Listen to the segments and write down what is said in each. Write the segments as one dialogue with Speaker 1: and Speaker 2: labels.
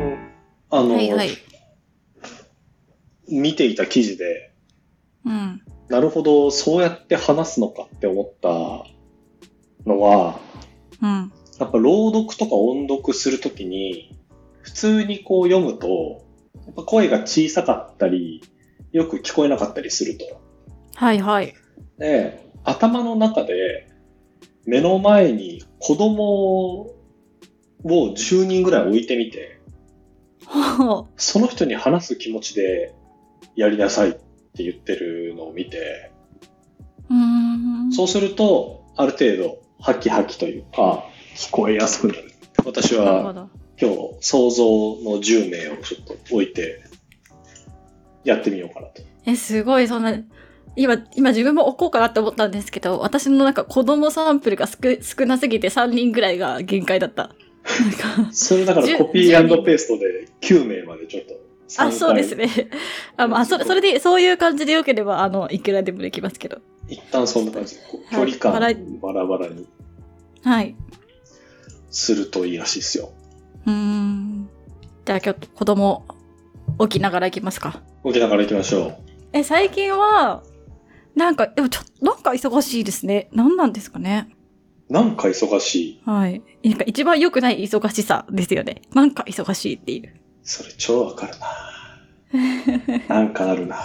Speaker 1: の、
Speaker 2: はいはい。
Speaker 1: 見ていた記事で、
Speaker 2: うん。
Speaker 1: なるほど、そうやって話すのかって思ったのは、
Speaker 2: うん。
Speaker 1: やっぱ朗読とか音読するときに、普通にこう読むと、やっぱ声が小さかったり、よく聞こえなかったりすると。
Speaker 2: はいはい。
Speaker 1: で、頭の中で、目の前に子供を10人ぐらい置いてみて、
Speaker 2: ほ
Speaker 1: その人に話す気持ちでやりなさいって言ってるのを見て、
Speaker 2: う。うーん。
Speaker 1: そうすると、ある程度、ハキハキというか、聞こえやすくなる。私
Speaker 2: なるほ
Speaker 1: は
Speaker 2: ど。
Speaker 1: 今日、想像の10名をちょっと置いて、やってみようかなと。
Speaker 2: え、すごい、そんな、今、今自分も置こうかなって思ったんですけど、私のなんか子供サンプルが少少なすぎて3人ぐらいが限界だった。なんか、
Speaker 1: それだから
Speaker 2: 10
Speaker 1: コピーペーストで9名までちょっと参加。
Speaker 2: あ、 そうですね。あ、まあ、それ、それで、そういう感じでよければ、あの、いくらでもできますけど。
Speaker 1: 一旦そんな感じ。こう距
Speaker 2: はい
Speaker 1: 離感
Speaker 2: バラ
Speaker 1: バラバラに
Speaker 2: はい。
Speaker 1: するといいらしいですよ。
Speaker 2: うーん。じゃあ今日、子供、置きながら行きますか。
Speaker 1: 動きながら行きましょう。
Speaker 2: え、最近は、なんか、でもちょっと、なんか忙しいですね。何なんですかね。
Speaker 1: なんか忙しい。
Speaker 2: はい。なんか一番良くない忙しさですよね。なんか忙しいっていう。
Speaker 1: それ超わかるな。 なんかあるな。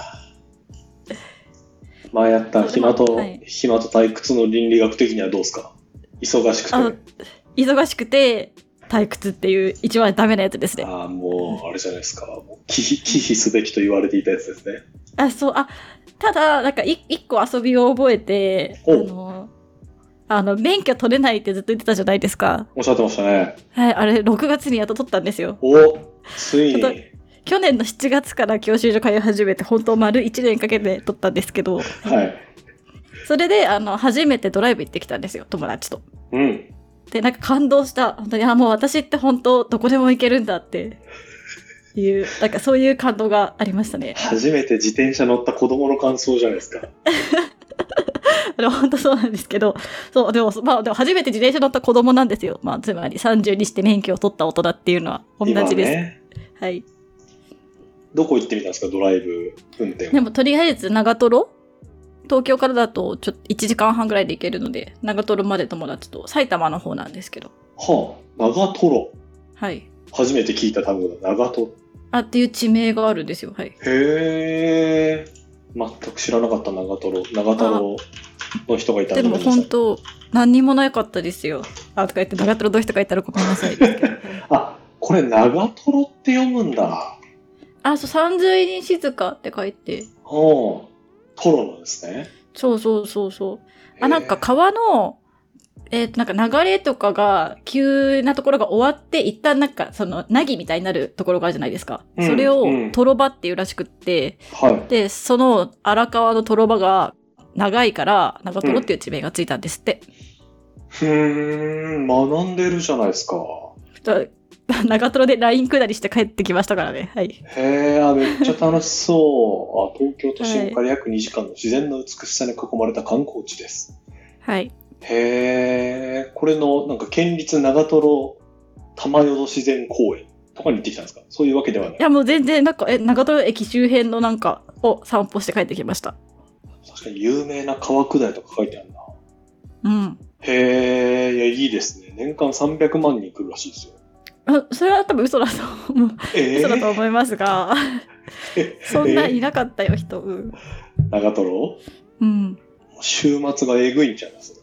Speaker 1: 前やった暇と、
Speaker 2: はい
Speaker 1: 暇と退屈の倫理学的にはどうですか忙しくて。
Speaker 2: あ忙しくて、退屈っていう一番ダメなやつですね。
Speaker 1: ああ、もう、あれじゃないですか。もう忌避忌避すべきと言われていたやつですね。
Speaker 2: あ、そう、あ、ただ、なんかい一個遊びを覚えて、あ
Speaker 1: おう
Speaker 2: の、あの、免許取れないってずっと言ってたじゃないですか。
Speaker 1: おっしゃってましたね。
Speaker 2: はい、あれ、6月にやっと取ったんですよ。
Speaker 1: おついに
Speaker 2: ちょっ。去年の7月から教習所通い始めて、本当丸1年かけて取ったんですけど、
Speaker 1: はい。
Speaker 2: それで、あの、初めてドライブ行ってきたんですよ、友達と。
Speaker 1: うん。
Speaker 2: で、なんか感動した。本当に、あ、もう私って本当、どこでも行けるんだっていう、なんかそういう感動がありましたね。
Speaker 1: 初めて自転車乗った子供の感想じゃないですか。
Speaker 2: あの、本当そうなんですけど、そう、でも、まあ、でも初めて自転車乗った子供なんですよ。まあ、つまり30にして免許を取った大人っていうのは同じです。
Speaker 1: 今ね
Speaker 2: はい。
Speaker 1: どこ行ってみたんですか、ドライブ運転は
Speaker 2: でも、とりあえず長瀞東京からだと、ちょっと1時間半ぐらいで行けるので、長瀞まで友達と、埼玉の方なんですけど、
Speaker 1: はあ、長瀞。
Speaker 2: はい。
Speaker 1: 初めて聞いた単語だ、長瀞。
Speaker 2: あ、っていう地名があるんですよ、はい。
Speaker 1: へえ。全く知らなかった長瀞。長瀞の人がいた
Speaker 2: で
Speaker 1: らご
Speaker 2: も
Speaker 1: めんなさ
Speaker 2: 本
Speaker 1: い。
Speaker 2: 当何にもなかったですよ。あとか言って長瀞どうしとか言ったらごめんなさいですけ ど。
Speaker 1: あ、これ長瀞って読むんだ。
Speaker 2: あ、そう、三髄に静かって書いて。
Speaker 1: うん。トロなんですね。
Speaker 2: そうそうそうそ
Speaker 1: へ
Speaker 2: う。
Speaker 1: え
Speaker 2: あ、なんか川の、えっ、と、なんか流れとかが、急なところが終わって、一旦なんか、その、なぎみたいになるところがあるじゃないですか。
Speaker 1: うん
Speaker 2: それを
Speaker 1: うん、
Speaker 2: とろばっていうらしくって、
Speaker 1: はい。
Speaker 2: で、その荒川のとろばが長いから、長瀞っていう地名がついたんですって。
Speaker 1: ふーん、学んでるじゃないですか。
Speaker 2: だ 長瀞でライン下りして帰ってきましたからね。はい。
Speaker 1: へえ、あめっちゃ楽し そう。あ東京都心から約2時間の自然の美しさに囲まれた観光地です。
Speaker 2: はい。
Speaker 1: へえ、これのなんか県立長瀞玉淀自然公園とかに行ってきたんですかそういうわけではない
Speaker 2: い。やもう全然なんかえ長瀞駅周辺のなんかを散歩して帰ってきました
Speaker 1: 確かに有名な川下りとか書いてあるな。
Speaker 2: うん
Speaker 1: へえ、いや、いいですね。年間300万人来るらしい ですよ。
Speaker 2: あそれは多分嘘だと思う
Speaker 1: え
Speaker 2: 嘘だと
Speaker 1: ー、
Speaker 2: 思いますがそんな
Speaker 1: え
Speaker 2: いなかったよ人うん、
Speaker 1: 長瀞
Speaker 2: うん、
Speaker 1: 週末がえぐいんちゃいます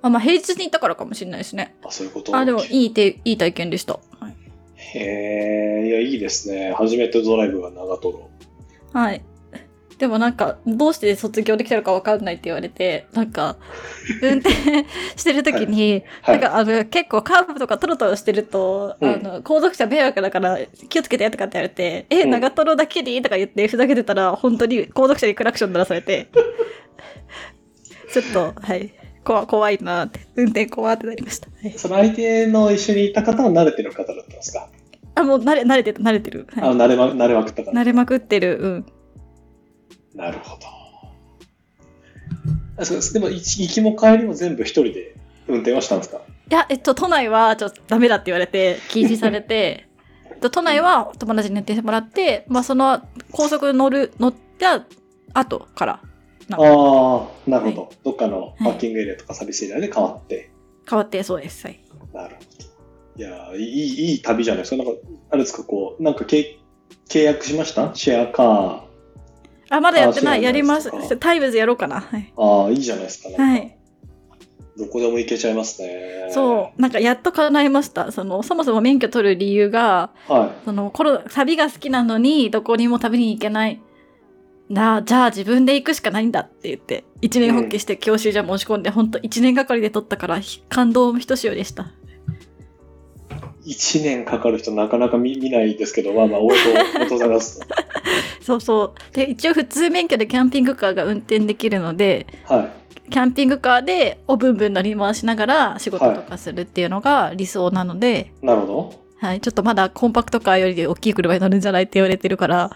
Speaker 2: あまあ平日に行ったからかもしれないですね
Speaker 1: あ、そういうこと
Speaker 2: あでもいいていい体験でしたはい、
Speaker 1: へえ、いや、いいですね。初めてドライブが長瀞。
Speaker 2: はいでもなんかどうして卒業できたのかわかんないって言われてなんか運転してる時に、
Speaker 1: はい。
Speaker 2: なんかあの結構カーブとかトロトロしてると、
Speaker 1: うん
Speaker 2: あの後続車迷惑だから気をつけてとかって言われて「え
Speaker 1: うん
Speaker 2: 長瀞だけに?」とか言ってふざけてたら本当に後続車にクラクション鳴らされてちょっとはい怖怖いなって運転怖ってなりました、はい
Speaker 1: その相手の一緒にいた方は慣れてる方だったんですか、
Speaker 2: あもう慣れ慣れてる慣れてる、はい
Speaker 1: あ、慣れま、慣れまくった方。
Speaker 2: 慣れまくってるうん
Speaker 1: なるほど。あそうですでも、い行きも帰りも全部一人で運転はしたんですか
Speaker 2: いやえっと都内はちょっとダメだって言われて禁止されてと都内は友達に寝てもらって、まあ、その高速乗る乗った後からなんか
Speaker 1: ああ、なるほど、どっかの
Speaker 2: い
Speaker 1: パッキングエリアとかサービスエリアで変わって。
Speaker 2: 変わってそうです。はい、
Speaker 1: なるほど。いやーいい、いい旅じゃないですか。なんか、あれですか、こう、なんかけ契約しましたシェアカ
Speaker 2: あまだやってな
Speaker 1: あ
Speaker 2: い
Speaker 1: そうな
Speaker 2: や
Speaker 1: んで
Speaker 2: り
Speaker 1: すか
Speaker 2: ますタイムズやろうかな。はい、
Speaker 1: ー。ああ、いいじゃないですか。なんか
Speaker 2: はい
Speaker 1: どこでも行けちゃいますね。
Speaker 2: そうなんかやっと叶いましたそのそもそも免許取る理由が
Speaker 1: う。はい。
Speaker 2: そのコロ旅が好きなのにどこにも旅に行けないなじゃあ自分で行くしかないんだって言って一年発起して教習所申し込んで、ほんと1年がかりで取ったからひ感動ひとしおでした
Speaker 1: 1年かかる人なかなか見見ないですけど、まあまあ、おめでとうございます。
Speaker 2: そうそうで一応普通免許でキャンピングカーが運転できるので
Speaker 1: はい。
Speaker 2: キャンピングカーでおぶんぶん乗り回しながら仕事とかするっていうのが理想なので、
Speaker 1: なるほど。
Speaker 2: はい、ちょっとまだコンパクトカーより大きい車に乗るんじゃないって言われてるから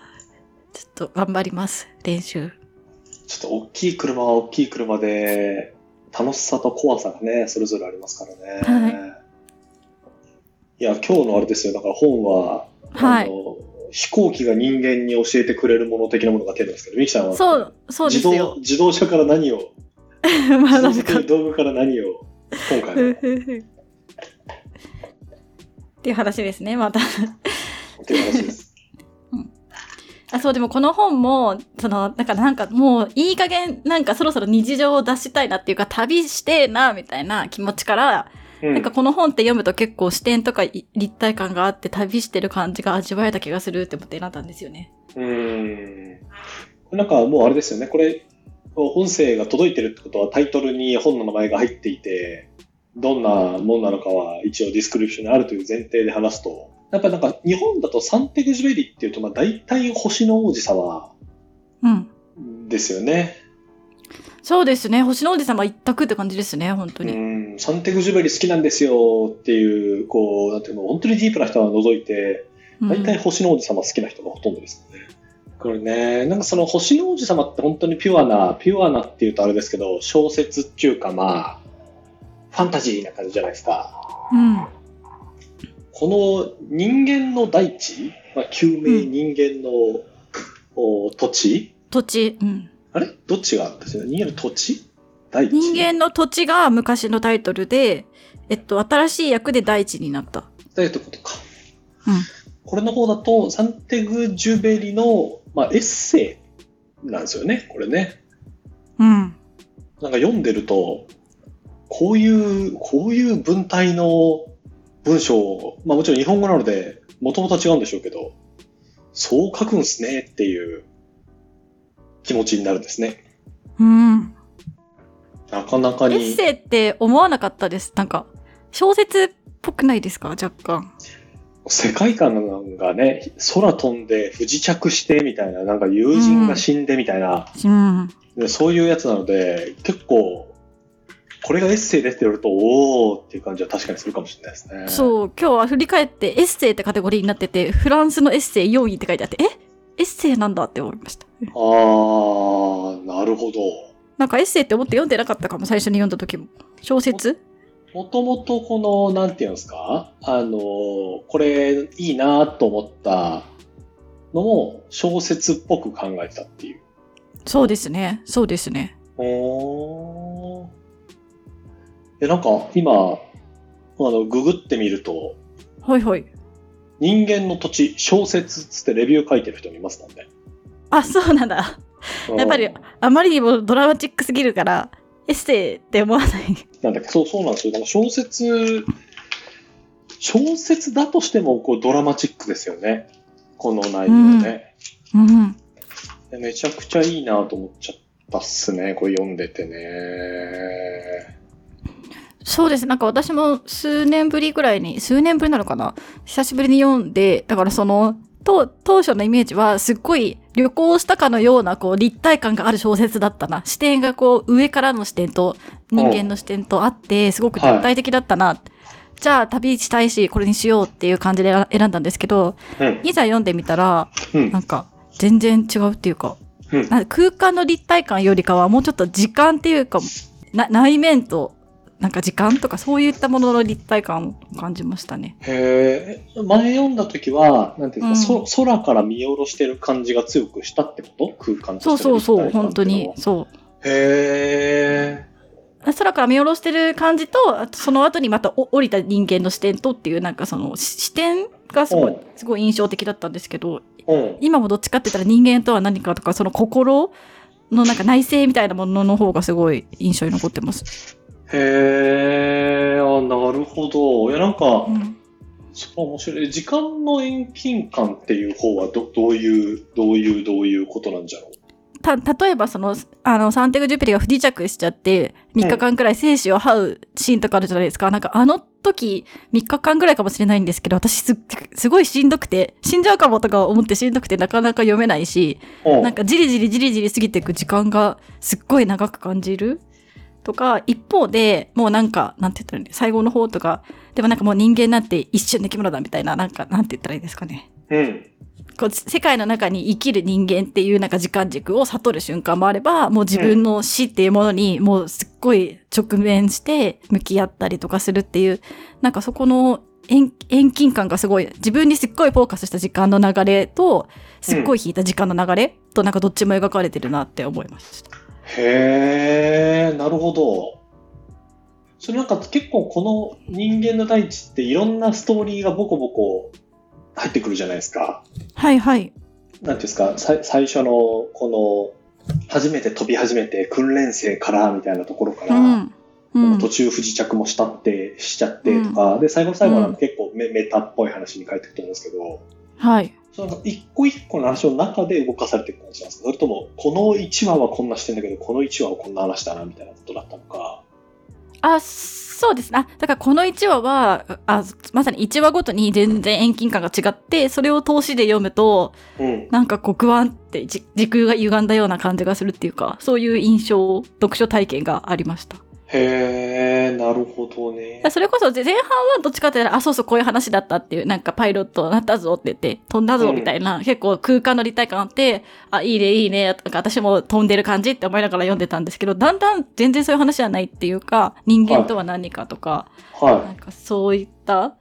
Speaker 2: ちょっと頑張ります練習
Speaker 1: ちょっと大きい車は大きい車で、楽しさと怖さがね、それぞれありますからね。。
Speaker 2: はい
Speaker 1: や、今日のあれですよ、だから本は、
Speaker 2: は
Speaker 1: あ
Speaker 2: い
Speaker 1: の飛行機が人間に教えてくれるもの的なものがテーマですけど、ミキさんは
Speaker 2: そうそうで
Speaker 1: 自
Speaker 2: すよ
Speaker 1: 動自動車から何を、
Speaker 2: ま
Speaker 1: 自
Speaker 2: あ
Speaker 1: 動
Speaker 2: なん
Speaker 1: 車と
Speaker 2: か
Speaker 1: いう道具から何を、今回
Speaker 2: ふ
Speaker 1: は
Speaker 2: ふふっていう話ですねまた
Speaker 1: っていう話です。
Speaker 2: あそうでもこの本もそのだからなんかもういい加減なんかそろそろ日常を出したいなっていうか旅してえなみたいな気持ちから、
Speaker 1: うん
Speaker 2: なんかこの本って読むと結構視点とかい立体感があって旅してる感じが味わえた気がするって思って選んだんですよね
Speaker 1: うーん。なんかもうあれですよね、これ、音声が届いてるってことはタイトルに本の名前が入っていて、どんなもんなのかは一応ディスクリプションにあるという前提で話すと、やっぱなんか日本だとサンテグジュエリーっていうと、まあ大体星の王子様
Speaker 2: うん
Speaker 1: ですよね。
Speaker 2: そうですね星の王子様一択って感じですね本当
Speaker 1: う
Speaker 2: に、
Speaker 1: ん、サンテグジュエリー好きなんですよっていう、こう、なんていうの、本当にディープな人は除いて、
Speaker 2: うん
Speaker 1: 大体星の王子様好きな人がほとんどですよね。これね、なんかその星の王子様って本当にピュアな、ピュアなっていうとあれですけど、小説っていうかまあ、ファンタジーな感じじゃないですか。
Speaker 2: うん
Speaker 1: この人間の大地、まあ、救命人間の、お土地
Speaker 2: 土地、うん、
Speaker 1: あれどっちがあったんですよね人間の土地大地
Speaker 2: 人間の土地が昔のタイトルで、えっと、新しい役で大地になった。
Speaker 1: だよってことか。
Speaker 2: うん
Speaker 1: これの方だと、サンテグジュベリの、まあ、エッセイなんですよね、これね。
Speaker 2: うん。
Speaker 1: なんか読んでると、こういう、こういう文体の文章を、まあもちろん日本語なので、もともとは違うんでしょうけど、そう書くんすねっていう気持ちになるんですね。
Speaker 2: うん。
Speaker 1: なかなかに
Speaker 2: エッ。セイって思わなかったです。なんか、小説っぽくないですか若干。
Speaker 1: 世界観がね、空飛んで不時着してみたいな、なんか友人が死んでみたいな、
Speaker 2: うん。
Speaker 1: ねそういうやつなので、結構、これがエッセイですって言われると、おーっていう感じは確かにするかもしれないですね。
Speaker 2: そう、今日は振り返ってエッセイってカテゴリーになってて、フランスのエッセイ4位って書いてあって、えエッセイなんだって思いました。
Speaker 1: あー、なるほど。
Speaker 2: なんかエッセイって思って読んでなかったかも、最初に読んだ時も。小説
Speaker 1: もともとこの、なんていうんですか、あの、これいいなと思ったのも小説っぽく考えてたっていう。
Speaker 2: そうですね。そうですね。
Speaker 1: おえ、なんか今、あの、ググってみると、
Speaker 2: はいはい。
Speaker 1: 人間の土地、小説っつってレビュー書いてる人もいますもんね。
Speaker 2: あ、そうなんだ。
Speaker 1: うん
Speaker 2: やっぱりあまりにもドラマチックすぎるから、エッセイって思わない。
Speaker 1: なんだっけ、そう、そうなんですよ。なんか小説、小説だとしても、こう、ドラマチックですよね。この内容ね。
Speaker 2: うんうん。
Speaker 1: いやめちゃくちゃいいなと思っちゃったっすね、これ読んでてね。
Speaker 2: そうです。なんか私も数年ぶりぐらいに、数年ぶりなのかな久しぶりに読んで、だからその、と当初のイメージはすっごい旅行したかのようなこう立体感がある小説だったな。視点がこう上からの視点と人間の視点とあって、すごく立体的だったな。じゃあ旅したいし、これにしようっていう感じで選んだんですけど、
Speaker 1: うん、
Speaker 2: いざ読んでみたら、
Speaker 1: うん
Speaker 2: な、んか全然違うっていうか、
Speaker 1: うん
Speaker 2: なんか空間の立体感よりかはもうちょっと時間っていうかな内面となんか時間とかそういったものの立体感を感じましたね。
Speaker 1: へえ。前読んだ時は、なんていうんですか、
Speaker 2: うん
Speaker 1: そ空から見下ろしてる感じが強くしたってこと空間として
Speaker 2: そ
Speaker 1: の
Speaker 2: うそうそう、
Speaker 1: 立体感
Speaker 2: 本
Speaker 1: って
Speaker 2: 当
Speaker 1: いうの
Speaker 2: に
Speaker 1: は。
Speaker 2: そう。
Speaker 1: へえ。
Speaker 2: 空から見下ろしてる感じと、あとその後にまたお降りた人間の視点とっていう、なんかそのし視点がすごい
Speaker 1: うん、
Speaker 2: すごい印象的だったんですけど、
Speaker 1: うん。
Speaker 2: 今もどっちかって言ったら人間とは何かとか、その心のなんか内省みたいなものの方がすごい印象に残ってます。
Speaker 1: へえ。あ、なるほど。いや、なんか
Speaker 2: う、ん、
Speaker 1: それは面白い。時間の遠近感っていう方はど、どういう、どういう、どういうことなんじゃろう。
Speaker 2: た、例えばその、あの、サンテグ・ジュピリが不時着しちゃって、3日間くらい生死を這うシーンとかあるじゃないですか。なんかあの時、3日間くらいかもしれないんですけど、私す、すごいしんどくて、死んじゃうかもとか思ってしんどくてなかなか読めないし、
Speaker 1: うん。
Speaker 2: なんかじりじりじりじり過ぎていく時間がすっごい長く感じるとか、一方で、もうなんか、なんて言ったらいいの最後の方とか、でもなんかもう人間なんて一瞬で生き物だみたいな、なんか、なんて言ったらいいですかね。
Speaker 1: うん。
Speaker 2: こう世界の中に生きる人間っていうなんか時間軸を悟る瞬間もあれば、もう自分の死っていうものにもうすっごい直面して向き合ったりとかするっていう、なんかそこの遠遠近感がすごい、自分にすっごいフォーカスした時間の流れと、すっごい引いた時間の流れとなんかどっちも描かれてるなって思いました。
Speaker 1: へえ、なるほど。それなんか結構この人間の大地っていろんなストーリーがボコボコ入ってくるじゃないですか。
Speaker 2: はいはい。
Speaker 1: なんていうんですか、さい最初のこの初めて飛び始めて訓練生からみたいなところか
Speaker 2: う
Speaker 1: ら、
Speaker 2: ん。うん。
Speaker 1: 途中不時着もしたってしちゃってとか、で最後の最後なんか結構メ,、メタっぽい話に帰ってくると思うんですけど、
Speaker 2: はい。
Speaker 1: その一個一個の話の中で動かされていく感じなんですかそれともこの1話はこんなしてんだけどこの1話はこんな話だなみたいなことだったのか。
Speaker 2: あ、そうですね。あだからこの1話は、あまさに1話ごとに全然遠近感が違って、それを通しで読むと、
Speaker 1: うん
Speaker 2: なんか黒板ってじ時空が歪んだような感じがするっていうか、そういう印象、読書体験がありました。
Speaker 1: へえ、なるほどね。
Speaker 2: それこそ前半はどっちかっていうと、あ、そうそう、こういう話だったっていう、なんかパイロットになったぞって言って、飛んだ
Speaker 1: う
Speaker 2: ぞ
Speaker 1: ん
Speaker 2: みたいな、結構空間の立体感あって、あ、いいね、いいね、なんか私も飛んでる感じって思いながら読んでたんですけど、だんだん全然そういう話じゃないっていうか、人間とは何かとか、な
Speaker 1: は
Speaker 2: んかそういった、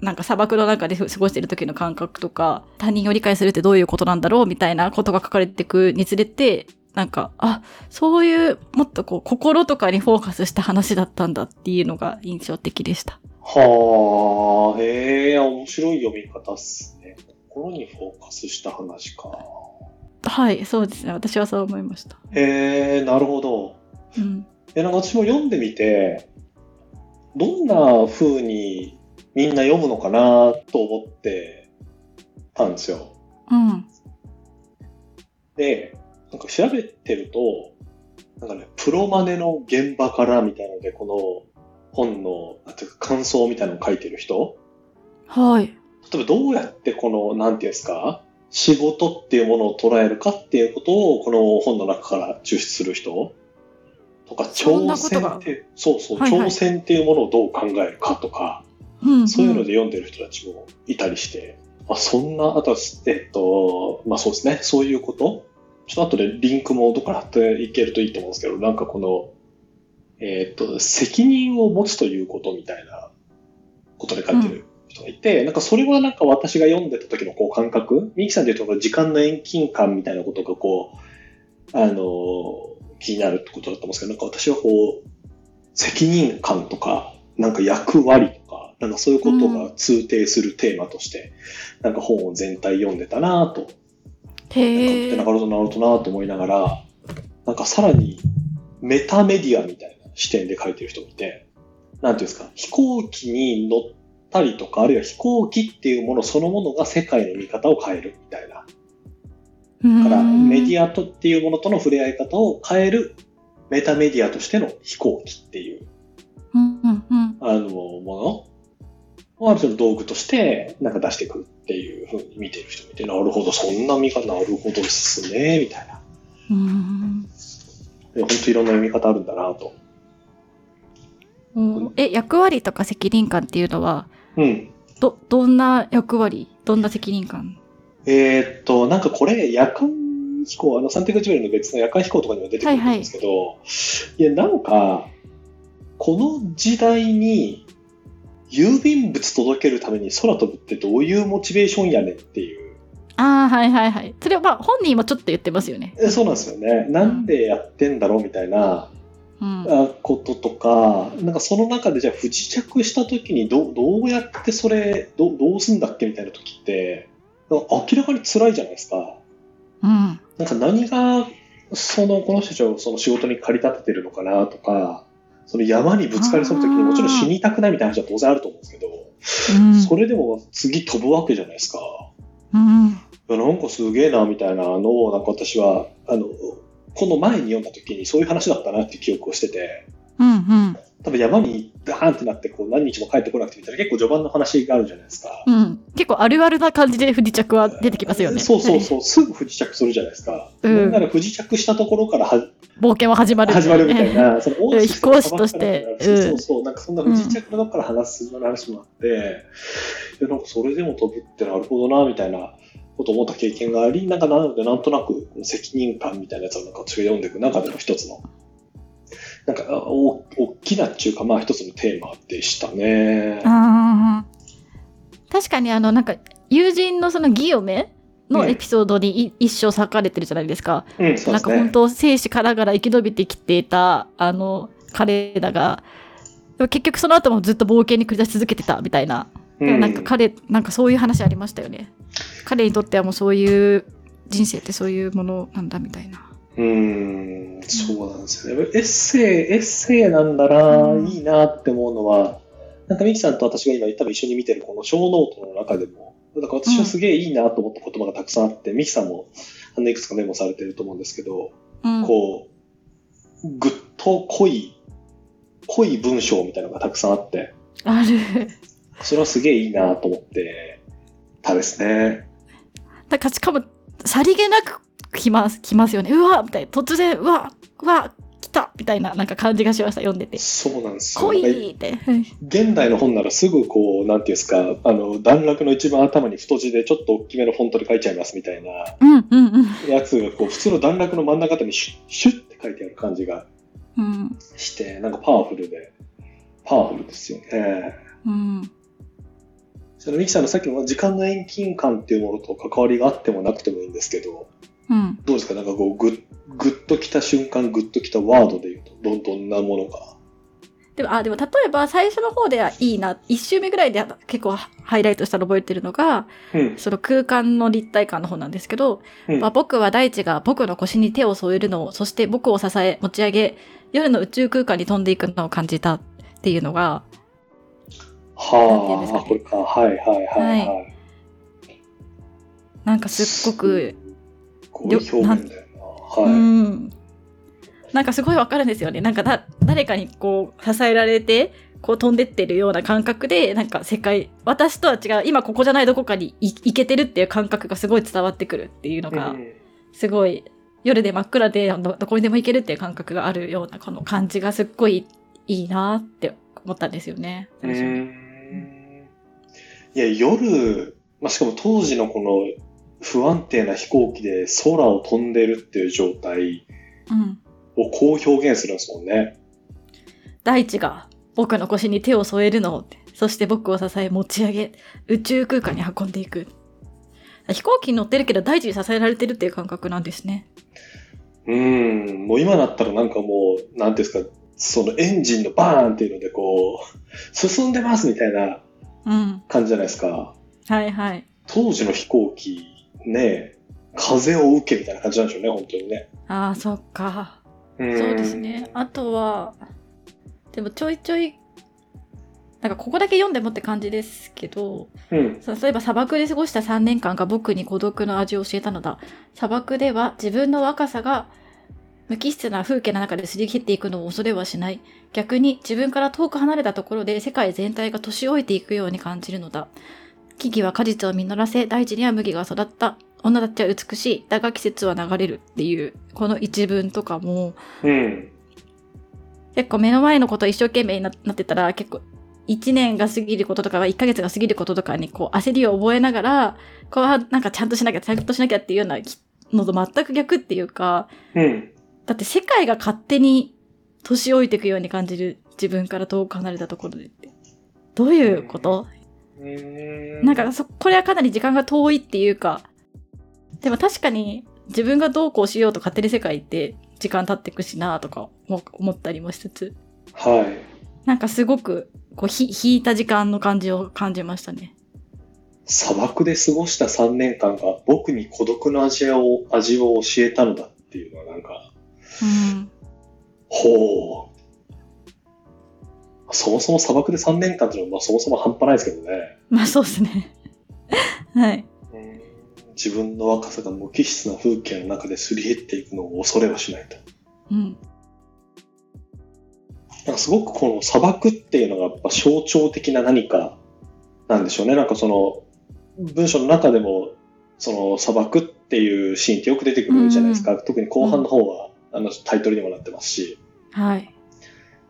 Speaker 2: なんか砂漠の中で過ごしてる時の感覚とか、他人を理解するってどういうことなんだろうみたいなことが書かれていくにつれて、なんか、あ、そういう、もっとこう、心とかにフォーカスした話だったんだっていうのが印象的でした。
Speaker 1: い。はあ、へえ、面白い読み方っすね。心にフォーカスした話か。
Speaker 2: はい、そうですね。私はそう思いました。
Speaker 1: へえ、なるほど。
Speaker 2: うん。
Speaker 1: で、なんか私も読んでみて、どんな風にみんな読むのかなと思ってたんですよ。
Speaker 2: うん。
Speaker 1: で、なんか調べてると、なんかね、プロマネの現場からみたいなので、この本の、なんていうか感想みたいなのを書いてる人
Speaker 2: はい。
Speaker 1: 例えばどうやってこの、なんていうんですか、仕事っていうものを捉えるかっていうことを、この本の中から抽出する人とか、
Speaker 2: そんな
Speaker 1: 挑
Speaker 2: こと
Speaker 1: 戦
Speaker 2: が
Speaker 1: って、そうそう、
Speaker 2: はいはい
Speaker 1: 挑戦っていうものをどう考えるかとか、
Speaker 2: うん。
Speaker 1: そういうので読んでる人たちもいたりして、あそんな、あとは、えっと、まあそうですね、そういうことちょっと後でリンクもどこから貼っていけるといいと思うんですけど、なんかこの、えっと、責任を持つということみたいなことで書いてる人がいて、なんかそれはなんか私が読んでた時のこう感覚、ミキさんで言うとこの時間の遠近感みたいなことがこう、あの気になるってことだと思うんですけど、なんか私はこう、責任感とか、なんか役割とか、なんかそういうことが通底するテーマとして、なんか本を全体読んでたなぁと
Speaker 2: うん。へ
Speaker 1: な
Speaker 2: え
Speaker 1: んか。なるほどなるほどなと思いながら、なんかさらにメタメディアみたいな視点で書いてる人もいて、なんていうんですか、飛行機に乗ったりとか、あるいは飛行機っていうものそのものが世界の見方を変えるみたいな。
Speaker 2: だ
Speaker 1: だからメディアとっていうものとの触れ合い方を変えるメタメディアとしての飛行機っていう
Speaker 2: うんうんうん。
Speaker 1: あの、ものをある程度道具として、なんか出してくるっていうふうに見てる人もいて、なるほど、そんな見方、なるほどですね、みたいな。
Speaker 2: うん
Speaker 1: で本当いろんな読み方あるんだなと。
Speaker 2: うん。え、役割とか責任感っていうのは、
Speaker 1: うん。
Speaker 2: ど、どんな役割どんな責任感
Speaker 1: えーっと、なんかこれ、夜間飛行、あの、サンテグジュエルの別の夜間飛行とかにも出てくると思うんですけど、いや、なんか、この時代に郵便物届けるために空飛ぶってどういうモチベーションやねんっていう。
Speaker 2: ああ、はいはいはい。それはまあ本人もちょっと言ってますよね。
Speaker 1: えそうなんですよね。なんでやってんだろうみたいな
Speaker 2: うん。
Speaker 1: あこととか、なんかその中でじゃあ不時着した時にどどうやってそれど、どうすんだっけみたいな時って、なんか明らかに辛いじゃないですか。
Speaker 2: うん。
Speaker 1: なんか何がそのこの人たちをその仕事に駆り立ててるのかなとか、その山にぶつかりそうな時にもちろん死にたくないみたいな話は当然あると思うんですけど、
Speaker 2: うん
Speaker 1: それでも次飛ぶわけじゃないですか。
Speaker 2: うん。
Speaker 1: いやなんかすげえなみたいなのをなんか私はあのこの前に読んだ時にそういう話だったなっていう記憶をしてて
Speaker 2: うん。うん。
Speaker 1: 多分山にダーンってなってこう何日も帰ってこなくてみたいな結構序盤の話があるじゃないですか。
Speaker 2: うん、結構あるあるな感じで不時着は出てきますよね。
Speaker 1: そうそうそう、すぐ不時着するじゃないですか。
Speaker 2: うん
Speaker 1: なんなら不時着したところからは
Speaker 2: 冒険は始まる。
Speaker 1: 始まるみた い。な、その
Speaker 2: うん飛行士として
Speaker 1: そう
Speaker 2: う
Speaker 1: そ
Speaker 2: ん
Speaker 1: うそう、なんかそんな不時着のどっから話す話もあって、でなんかそれでも飛ぶってなるほどな、みたいなことを思った経験があり、なんかなので、なんとなく責任感みたいなやつをなんか私が読んでいく中での一つの、なんかお大きなっていうか、まあ一つのテーマでしたね。
Speaker 2: あー確かにあのなんか友人のそのギヨメのエピソードにい、一生割かれてるじゃないですか。
Speaker 1: うん、そう
Speaker 2: な
Speaker 1: で
Speaker 2: ん
Speaker 1: す
Speaker 2: か本
Speaker 1: ね。
Speaker 2: 当生死からがら生き延びてきていたあの彼らがでも結局その後もずっと冒険に繰り出し続けてたみたいな。でもなんか彼、なんかそういう話ありましたよね。彼にとってはもうそういう人生ってそういうものなんだみたいな。
Speaker 1: うーん、そうなんですよね。エッセイ、エッセイなんだな、
Speaker 2: うん
Speaker 1: いいなって思うのは、なんかミキさんと私が今多分一緒に見てるこの小ノートの中でも、なんか私はすげえいいなと思った言葉がたくさんあって、ミキさんもあのいくつかメモされてると思うんですけど、
Speaker 2: うん
Speaker 1: こう、ぐっと濃い、濃い文章みたいなのがたくさんあって、
Speaker 2: ある。
Speaker 1: それはすげえいいなと思ってたですね。
Speaker 2: だからしかもさりげなく来ます来ますよねうわみたいな突然うわうわ来たみたいななんか感じがしました読んでて
Speaker 1: そうなんですよ。
Speaker 2: 濃
Speaker 1: なんか
Speaker 2: いってはい
Speaker 1: 現代の本ならすぐこう、なんていうんですか、あの、段落の一番頭に太字でちょっと大きめのフォントで書いちゃいますみたいな
Speaker 2: うんうんうん
Speaker 1: やつが、こう、普通の段落の真ん中あたりにシュッ、シュッって書いてある感じが
Speaker 2: うん
Speaker 1: して、なんかパワフルで、パワフルですよね。
Speaker 2: うん
Speaker 1: そのミキさんのさっきの時間の遠近感っていうものと関わりがあってもなくてもいいんですけど、
Speaker 2: うん
Speaker 1: どうですかなんかこう、ぐっ、ぐっときた瞬間、ぐっときたワードで言うと、どんどんなものか。
Speaker 2: でもあでも例えば最初の方ではいいな1周目ぐらいでは結構ハイライトしたの覚えてるのが
Speaker 1: うん。
Speaker 2: その空間の立体感の方なんですけど、
Speaker 1: うん
Speaker 2: まあ、僕は大地が僕の腰に手を添えるのをそして僕を支え持ち上げ夜の宇宙空間に飛んでいくのを感じたっていうのがなんていうんですか
Speaker 1: はあ、
Speaker 2: ね
Speaker 1: これか。はいはいはい
Speaker 2: は
Speaker 1: はい。
Speaker 2: なんかすっごく
Speaker 1: こういう表現だよな。はい。
Speaker 2: うん、なんかすごいわかるんですよねなんかだ誰かにこう支えられてこう飛んでってるような感覚でなんか世界私とは違う今ここじゃないどこかにい行けてるっていう感覚がすごい伝わってくるっていうのが、
Speaker 1: うん
Speaker 2: すごい夜で真っ暗でどどこにでも行けるっていう感覚があるようなこの感じがすっごいいいなって思ったんですよね。
Speaker 1: う
Speaker 2: 最初に
Speaker 1: ーんいや夜、まあ、しかも当時のこの不安定な飛行機で空を飛んでるっていう状態
Speaker 2: うん、
Speaker 1: をこう表現するんですもんね。
Speaker 2: 大地が僕の腰に手を添えるのをそして僕を支え持ち上げ宇宙空間に運んでいく飛行機に乗ってるけど大地に支えられてるっていう感覚なんですね
Speaker 1: うーん、もう今だったらなんかもう、なんていうんですか、そのエンジンのバーンっていうのでこう、進んでますみたいな
Speaker 2: うん
Speaker 1: 感じじゃないですか。
Speaker 2: はいはい
Speaker 1: 当時の飛行機、ね、風を受けみたいな感じなんでしょうね、本当にね。
Speaker 2: ああそっか
Speaker 1: そ
Speaker 2: そうですねあとはでもちょいちょいなんかここだけ読んでもって感じですけど
Speaker 1: うん。
Speaker 2: そう例えば砂漠で過ごした3年間が僕に孤独の味を教えたのだ砂漠では自分の若さが無機質な風景の中ですり切っていくのを恐れはしない逆に自分から遠く離れたところで世界全体が年老いていくように感じるのだ木々は果実を実らせ大地には麦が育った女たちは美しいだが季節は流れるっていうこの一文とかも
Speaker 1: うん。
Speaker 2: 結構目の前のこと一生懸命にななってたら結構1年が過ぎることとか1ヶ月が過ぎることとかにこう焦りを覚えながらこうあなんかちゃんとしなきゃちゃんとしなきゃっていうようなきのと全く逆っていうか
Speaker 1: うん。
Speaker 2: だって世界が勝手に年老いていくように感じる自分から遠く離れたところでって。どういうこと、
Speaker 1: うん
Speaker 2: なんかそ、これはかなり時間が遠いっていうか、でも確かに自分がどうこうしようと勝手に世界って時間経ってくしなとか思思ったりもしつつ、
Speaker 1: はい。
Speaker 2: なんかすごくこうひ引いた時間の感じを感じましたね。
Speaker 1: 砂漠で過ごした3年間が僕に孤独の味を味を教えたのだっていうのはなんか、
Speaker 2: うん。
Speaker 1: ほう。そもそも砂漠で3年間っていうのは、まあ、そもそも半端ないですけどね。
Speaker 2: まあそうですね。 はい。
Speaker 1: 自分の若さが無機質な風景の中ですり減っていくのを恐れはしないと。
Speaker 2: うん。
Speaker 1: なんかすごくこの砂漠っていうのがやっぱ象徴的な何かなんでしょうね。なんかその文章の中でもその砂漠っていうシーンってよく出てくるじゃないですか。特に後半の方は、あのタイトルにもなってますし、
Speaker 2: はい。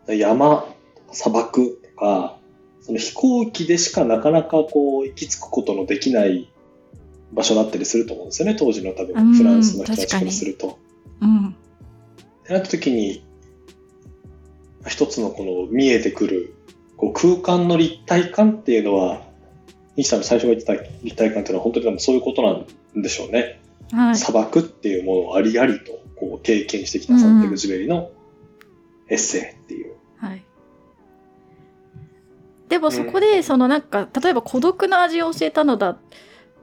Speaker 1: 山、砂漠とか、その飛行機でしかなかなかこう行き着くことのできない場所だったりすると思うんですよね。当時の多
Speaker 2: うん
Speaker 1: 分フランスの人たち
Speaker 2: 確
Speaker 1: か
Speaker 2: かに
Speaker 1: らすると。
Speaker 2: うん。
Speaker 1: ってなった時に一つのこの見えてくるこう空間の立体感っていうのは西さんの最初が言ってた立体感っていうのは本当に多分そういうことなんでしょうね、
Speaker 2: はい。
Speaker 1: 砂漠っていうものをありありとこう経験してきたサンテグジュベリのエッセイっていう、
Speaker 2: はい。でもそこで、そのなんか、例えば孤独な味を教えたのだ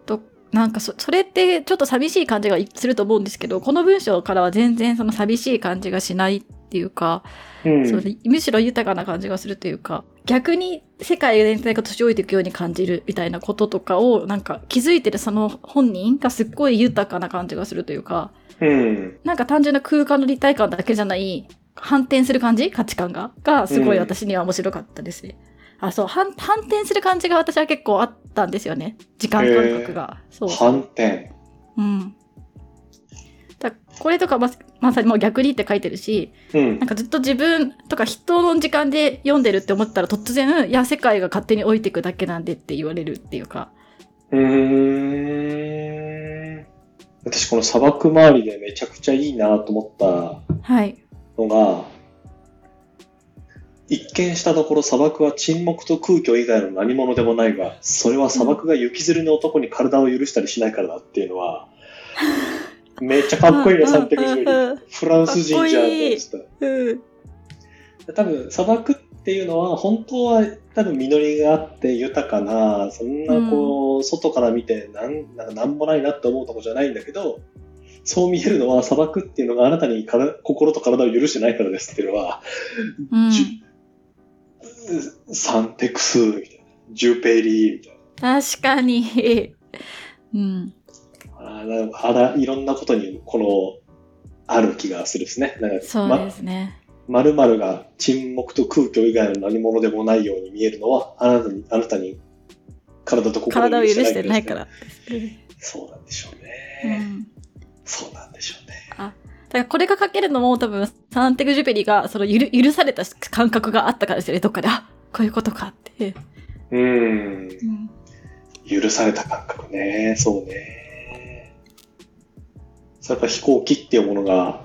Speaker 2: と、なんかそ、それってちょっと寂しい感じがすると思うんですけど、この文章からは全然その寂しい感じがしないっていうか、
Speaker 1: うん
Speaker 2: そのむしろ豊かな感じがするというか、逆に世界全体が年老いていくように感じるみたいなこととかを、なんか気づいてるその本人がすっごい豊かな感じがするというか、
Speaker 1: うん
Speaker 2: なんか単純な空間の立体感だけじゃない、反転する感じ価値観がが、すごい私には面白かったですね。あ、そう、反、反転する感じが私は結構あったんですよね。時間感覚が。そう。
Speaker 1: 反転
Speaker 2: うん。だこれとかま、まさにもう逆にって書いてるし、
Speaker 1: うん
Speaker 2: なんかずっと自分とか人の時間で読んでるって思ったら突然、いや、世界が勝手に置いていくだけなんでって言われるっていうか。
Speaker 1: うーん私この砂漠周りでめちゃくちゃいいなと思った
Speaker 2: はい。
Speaker 1: のが、一見したところ砂漠は沈黙と空虚以外の何者でもないが、それは砂漠が行きずりの男に体を許したりしないからだっていうの は、めっちゃかっこいいな、3 1 0
Speaker 2: うん
Speaker 1: フランス人じゃんって思って
Speaker 2: うんうん。
Speaker 1: た。多分砂漠っていうのは、本当は多分実りがあって豊かな、そんなこう、外から見てなん、なんかなんもないなって思うとこじゃないんだけど、そう見えるのは砂漠っていうのがあなたにから心と体を許してないからですっていうのは、
Speaker 2: うん。
Speaker 1: サンテクスみたいな。ジュペリーみたい
Speaker 2: 確かに。うん。
Speaker 1: な。あーなんかあら、いろんなことに、この、ある気がするですね。なんか、
Speaker 2: そうですね。
Speaker 1: まるまるが沈黙と空虚以外の何者でもないように見えるのは、あなたに、あなたに、体と心
Speaker 2: 体を許してない
Speaker 1: ですね
Speaker 2: か。ら。
Speaker 1: そうなんでしょう
Speaker 2: う
Speaker 1: ね。
Speaker 2: ん。
Speaker 1: そうなんでしょうね。
Speaker 2: だからこれが書けるのも多分、サンテグジュペリが、その許、許された感覚があったからですよね、どっかで。あこういうことかって。
Speaker 1: うん
Speaker 2: う。ん。
Speaker 1: 許された感覚ね。そうね。それから飛行機っていうものが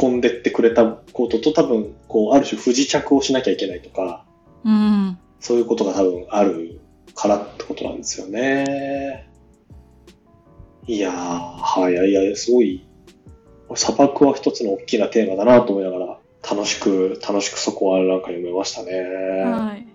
Speaker 1: 運んでってくれたことと多分、こう、ある種不時着をしなきゃいけないとか、
Speaker 2: うん。
Speaker 1: そういうことが多分あるからってことなんですよね。いやー、はい、いやいや、すごい、砂漠は一つの大きなテーマだなと思いながら、楽しく、楽しくそこはなんか読めましたね。
Speaker 2: はい。